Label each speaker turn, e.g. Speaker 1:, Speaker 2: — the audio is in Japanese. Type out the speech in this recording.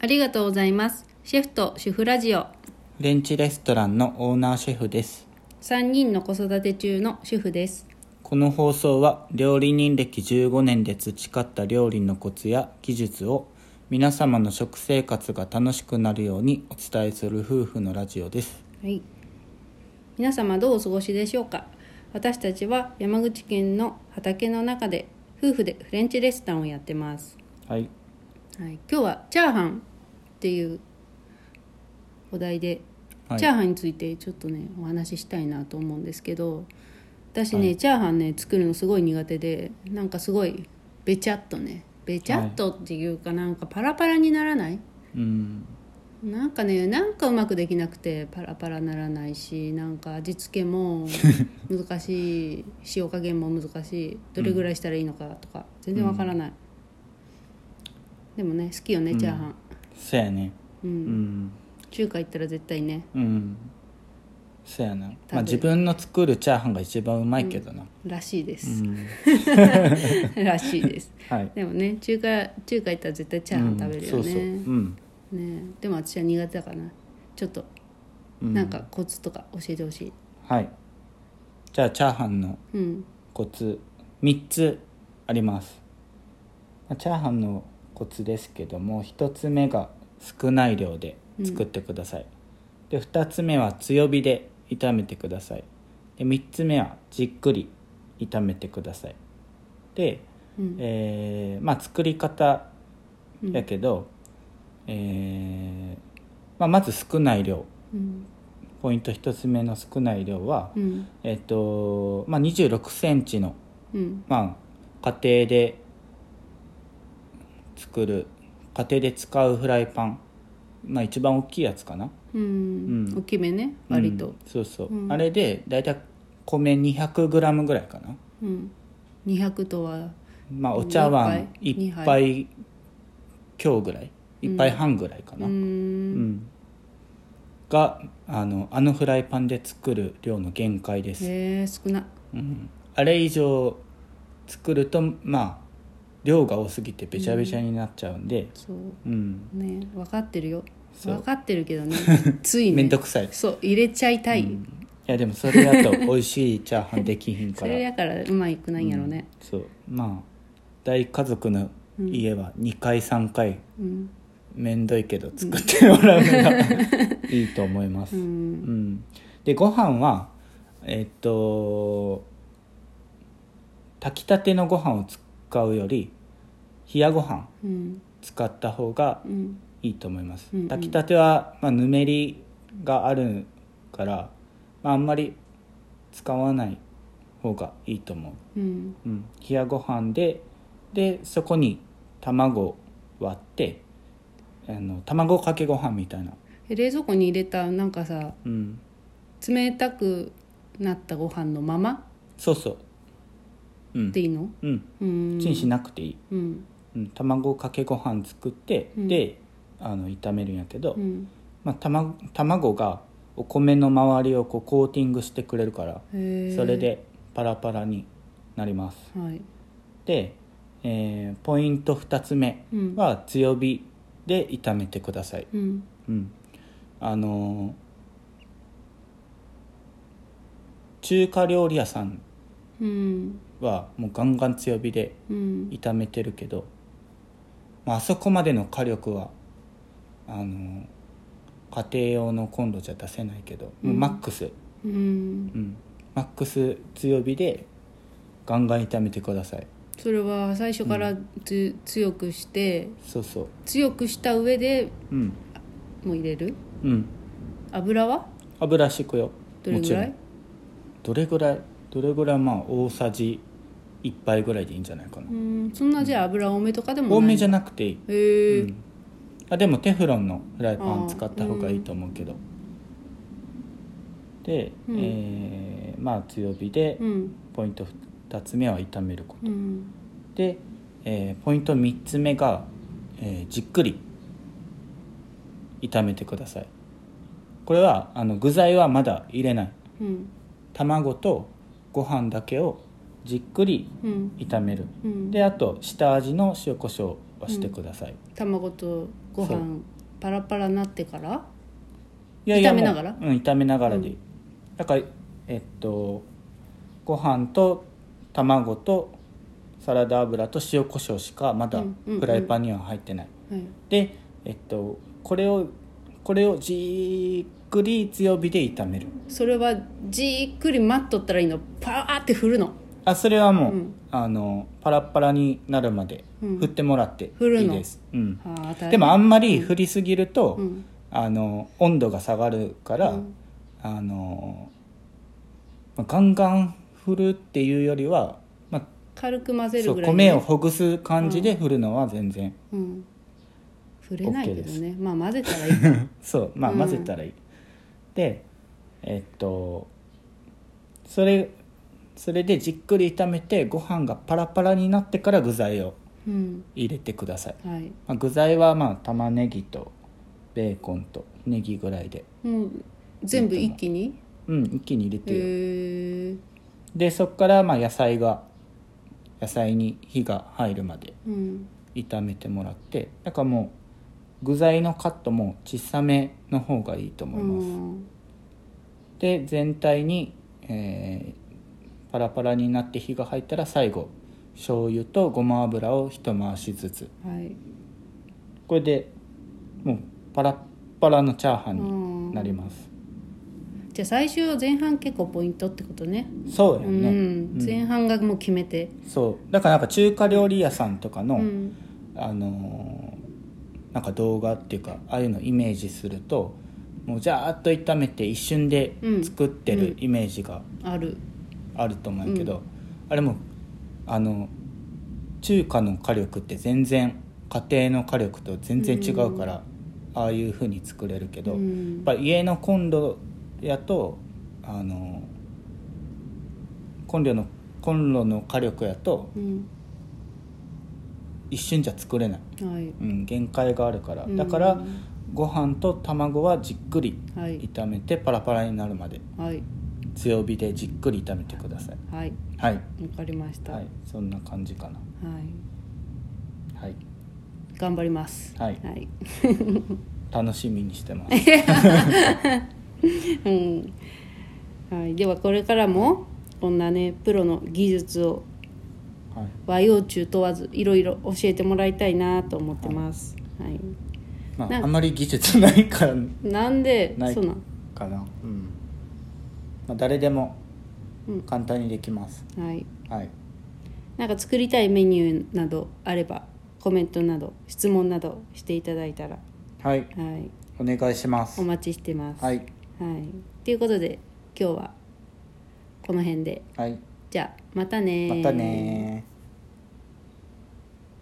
Speaker 1: ありがとうございます。シェフと主婦ラジオ。
Speaker 2: レンチレストランのオーナーシェフです。
Speaker 1: 3人の子育て中の主婦です。
Speaker 2: この放送は料理人歴15年で培った料理のコツや技術を皆様の食生活が楽しくなるようにお伝えする夫婦のラジオです。
Speaker 1: はい。皆様どうお過ごしでしょうか私たちは山口県の畑の中で夫婦でフレンチレストランをやってます。
Speaker 2: はい。
Speaker 1: はい、今日はチャーハンっていうお題で、
Speaker 2: はい
Speaker 1: チャーハンについてちょっとねお話ししたいなと思うんですけど私ね、
Speaker 2: はい
Speaker 1: チャーハンね作るのすごい苦手でなんかすごいべちゃっとねべちゃっとっていうかなんかパラパラにならない、
Speaker 2: うん。
Speaker 1: なんかねなんかうまくできなくてパラパラならないしなんか味付け も難しい塩加減も難しいどれぐらいしたらいいのかとか、全然わからない、でもね好きよねチャーハン、
Speaker 2: そやね。
Speaker 1: う
Speaker 2: うんん。
Speaker 1: 中華行ったら絶対ね
Speaker 2: うん。そやな。
Speaker 1: べ
Speaker 2: まあ自分の作るチャーハンが一番うまいけどな。
Speaker 1: らしいで
Speaker 2: う
Speaker 1: す、
Speaker 2: ん。
Speaker 1: らしいです
Speaker 2: はい。
Speaker 1: でもね中華中華行ったら絶対チャーハン食べるよ
Speaker 2: うんそうそう。う
Speaker 1: ね,、
Speaker 2: ん。
Speaker 1: ねでも私は苦手だからなちょっと
Speaker 2: うん
Speaker 1: なんかコツとか教えてほしい
Speaker 2: はい。じゃあチャーハンの
Speaker 1: うん
Speaker 2: コツ3つありますまあチャーハンのコツですけども1つ目が少ない量で作ってください、で2つ目は強火で炒めてくださいで3つ目はじっくり炒めてくださいで、
Speaker 1: うん
Speaker 2: えーまあ作り方
Speaker 1: うん
Speaker 2: やけど、えーまあ、まず少ない量
Speaker 1: うん
Speaker 2: ポイント1つ目の少ない量は、
Speaker 1: うん
Speaker 2: えっとまあ、2 6センチの
Speaker 1: うん
Speaker 2: まあ家庭で作る家庭で使うフライパンまあ一番大きいやつかな
Speaker 1: うん、
Speaker 2: うん
Speaker 1: 大きめね割
Speaker 2: う
Speaker 1: と
Speaker 2: ん、そうそう、
Speaker 1: うん
Speaker 2: あれで大体米 200g ぐらいかな
Speaker 1: うん200とは
Speaker 2: まあお茶碗
Speaker 1: 二杯
Speaker 2: 一
Speaker 1: 二
Speaker 2: 杯強ぐらい一杯半ぐらいか
Speaker 1: う
Speaker 2: な、
Speaker 1: ー
Speaker 2: うんんがあのあのフライパンで作る量の限界です
Speaker 1: へえ少な
Speaker 2: うんあれ以上作るとまあ量が多すぎてべちゃべちゃになっちゃうんで、
Speaker 1: そう
Speaker 2: うん
Speaker 1: ね分かってるよ
Speaker 2: そう
Speaker 1: 分かってるけ どねついね
Speaker 2: めんどくさい、
Speaker 1: そう入れちゃいたい、
Speaker 2: うんいやでもそれだと美味しいチャーハンできひん
Speaker 1: そ
Speaker 2: から
Speaker 1: れやからうまいくないんやろね、
Speaker 2: うんそうまあ大家族の家は2回3回
Speaker 1: うん
Speaker 2: めんどいけど作ってもらうのがいいと思います、
Speaker 1: う
Speaker 2: うん
Speaker 1: ん
Speaker 2: でご飯はえっと炊きたてのご飯を使うより冷やご飯
Speaker 1: うん
Speaker 2: 使った方が
Speaker 1: うん
Speaker 2: いいと思います、
Speaker 1: うんうん
Speaker 2: 炊きたては、まあ、ぬめりがあるから、まあ、あんまり使わない方がいいと思
Speaker 1: うん
Speaker 2: う、うん、冷やご飯ででそこに卵を割ってあの卵かけご飯みたいな、
Speaker 1: え冷蔵庫に入れたなんかさ
Speaker 2: うん、
Speaker 1: 冷たくなったご飯のまま
Speaker 2: そうそううん
Speaker 1: でいいの
Speaker 2: うん
Speaker 1: うーん
Speaker 2: チンしなくていい、
Speaker 1: うん
Speaker 2: うん、卵かけご飯作って、
Speaker 1: うん
Speaker 2: であの炒めるんやけど、
Speaker 1: うん
Speaker 2: まあ、卵卵がお米の周りをこうコーティングしてくれるから
Speaker 1: へえ
Speaker 2: それでパラパラになります
Speaker 1: はい
Speaker 2: で、えーポイント2つ目
Speaker 1: うん
Speaker 2: は強火で炒めてください、
Speaker 1: うん
Speaker 2: うん、あのー中華料理屋さん
Speaker 1: うん
Speaker 2: はもうガンガン強火で
Speaker 1: うん
Speaker 2: 炒めてるけど、まああそこまでの火力はあの家庭用のコンロじゃ出せないけど、
Speaker 1: うん
Speaker 2: もうマックス、
Speaker 1: うん
Speaker 2: うん、マックス強火でガンガン炒めてください
Speaker 1: それは最初からつ、強くして
Speaker 2: そうそう
Speaker 1: 強くした上で
Speaker 2: うん
Speaker 1: もう入れる
Speaker 2: うん
Speaker 1: 油は
Speaker 2: 油敷くよ
Speaker 1: どれ
Speaker 2: も
Speaker 1: ぐ
Speaker 2: ちろ
Speaker 1: らい
Speaker 2: んどれぐらいどれぐらいまあ大さじ1杯ぐらいでいいんじゃないかな、
Speaker 1: うんそんなじゃあ油多めとかでもない
Speaker 2: 多めじゃ
Speaker 1: な
Speaker 2: なくていい、
Speaker 1: へえ、
Speaker 2: うんあでもテフロンのフライパン使った方がいいと思うけど、で、
Speaker 1: うん
Speaker 2: えーまあ強火で、
Speaker 1: うん
Speaker 2: ポイント2つ目は炒めること
Speaker 1: うん
Speaker 2: で、えーポイント3つ目が、えーじっくり炒めてくださいこれはあの具材はまだ入れない
Speaker 1: うん
Speaker 2: 卵とご飯だけをじっくり
Speaker 1: うん
Speaker 2: 炒める
Speaker 1: うん
Speaker 2: であと下味の塩コショウはしてください、い
Speaker 1: 卵とご
Speaker 2: そう
Speaker 1: 飯パラパラなってから
Speaker 2: やいや
Speaker 1: 炒めながら
Speaker 2: もううん炒めながらでいい、だからえっとご飯と卵とサラダ油と塩コショウしかまだ
Speaker 1: うんうんうん
Speaker 2: フライパンには入ってない、
Speaker 1: はい
Speaker 2: でえっとこれをこれをじっくり強火で炒める
Speaker 1: それはじっくり待っとったらいいのパーって振るの
Speaker 2: あそれはもう、
Speaker 1: うん
Speaker 2: あのパラッパラになるまで
Speaker 1: うん
Speaker 2: 振ってもらって
Speaker 1: 振る
Speaker 2: いい
Speaker 1: の
Speaker 2: です、うん
Speaker 1: あー大変
Speaker 2: でもあんまり振りすぎると、
Speaker 1: うん
Speaker 2: あの温度が下がるから、
Speaker 1: うん
Speaker 2: あのまあガンガン振るっていうよりは、まあ
Speaker 1: 軽く混ぜ
Speaker 2: そ
Speaker 1: る
Speaker 2: う
Speaker 1: ぐらいで
Speaker 2: 米をほぐす感じで振るのは全然、
Speaker 1: うん触れないけ
Speaker 2: OK
Speaker 1: ど
Speaker 2: で
Speaker 1: ねまあ混ぜたらいい か
Speaker 2: そうまあ
Speaker 1: うん
Speaker 2: 混ぜたらいい、でえっとそれそれでじっくり炒めてご飯がパラパラになってから具材を
Speaker 1: うん
Speaker 2: 入れてください、
Speaker 1: はい
Speaker 2: まあ、具材はまあ玉ねぎとベーコンとネギぐらいで
Speaker 1: もう全部一気に
Speaker 2: うん一気に入れてよ
Speaker 1: へえ
Speaker 2: でそこからまあ野菜が野菜に火が入るまで
Speaker 1: うん
Speaker 2: 炒めてもらってだからもう具材のカットも小さめの方がいいと思います、
Speaker 1: うん
Speaker 2: で全体に、えーパラパラになって火が入ったら最後醤油とごま油を一回しずつ
Speaker 1: はい
Speaker 2: これでもうパラッパラのチャーハン
Speaker 1: うん
Speaker 2: になります、
Speaker 1: じゃあ最終は前半結構ポイントってことね
Speaker 2: そうや
Speaker 1: う
Speaker 2: ね、
Speaker 1: ん前半がもう決めて
Speaker 2: そうだからなんか中華料理屋さんとかの、
Speaker 1: うん
Speaker 2: あのーなんか動画っていうかああいうのイメージするともうジャーっと炒めて一瞬で作って
Speaker 1: う
Speaker 2: る
Speaker 1: ん
Speaker 2: イメージが
Speaker 1: ある
Speaker 2: あると思うけど、あれもあの中華の火力って全然家庭の火力と全然違うから、ああいう風に作れるけど、
Speaker 1: う
Speaker 2: やっ
Speaker 1: ん
Speaker 2: ぱ家のコンロやとあのコンロのコンロの火力やと
Speaker 1: うん
Speaker 2: 一瞬じゃ作れない。
Speaker 1: はい
Speaker 2: うん、限界があるから
Speaker 1: うん
Speaker 2: だからご飯と卵はじっくり
Speaker 1: はい
Speaker 2: 炒めてパラパラになるまで
Speaker 1: はい
Speaker 2: 強火でじっくり炒めてください
Speaker 1: はい
Speaker 2: はい、
Speaker 1: わかりました
Speaker 2: は
Speaker 1: はいい、
Speaker 2: そんな感じかなはい
Speaker 1: 頑張ります
Speaker 2: はい
Speaker 1: はい
Speaker 2: 楽しみにしてます
Speaker 1: うんはい、ではこれからもこんなねプロの技術を
Speaker 2: はい
Speaker 1: 和洋中問わずいろいろ教えてもらいたいなと思ってます、はい
Speaker 2: まあ
Speaker 1: なん
Speaker 2: あんまり技術ないから
Speaker 1: なんで
Speaker 2: ない
Speaker 1: そうなん
Speaker 2: かなうん、まあ、誰でも
Speaker 1: うん
Speaker 2: 簡単にできます、
Speaker 1: はい、
Speaker 2: はい
Speaker 1: なんか作りたいメニューなどあればコメントなど質問などしていただいたら、
Speaker 2: はい
Speaker 1: はい、
Speaker 2: お願いします
Speaker 1: お待ちしてます
Speaker 2: はい、
Speaker 1: はい、ということで今日はこの辺で
Speaker 2: はい
Speaker 1: じゃあまたね
Speaker 2: またねー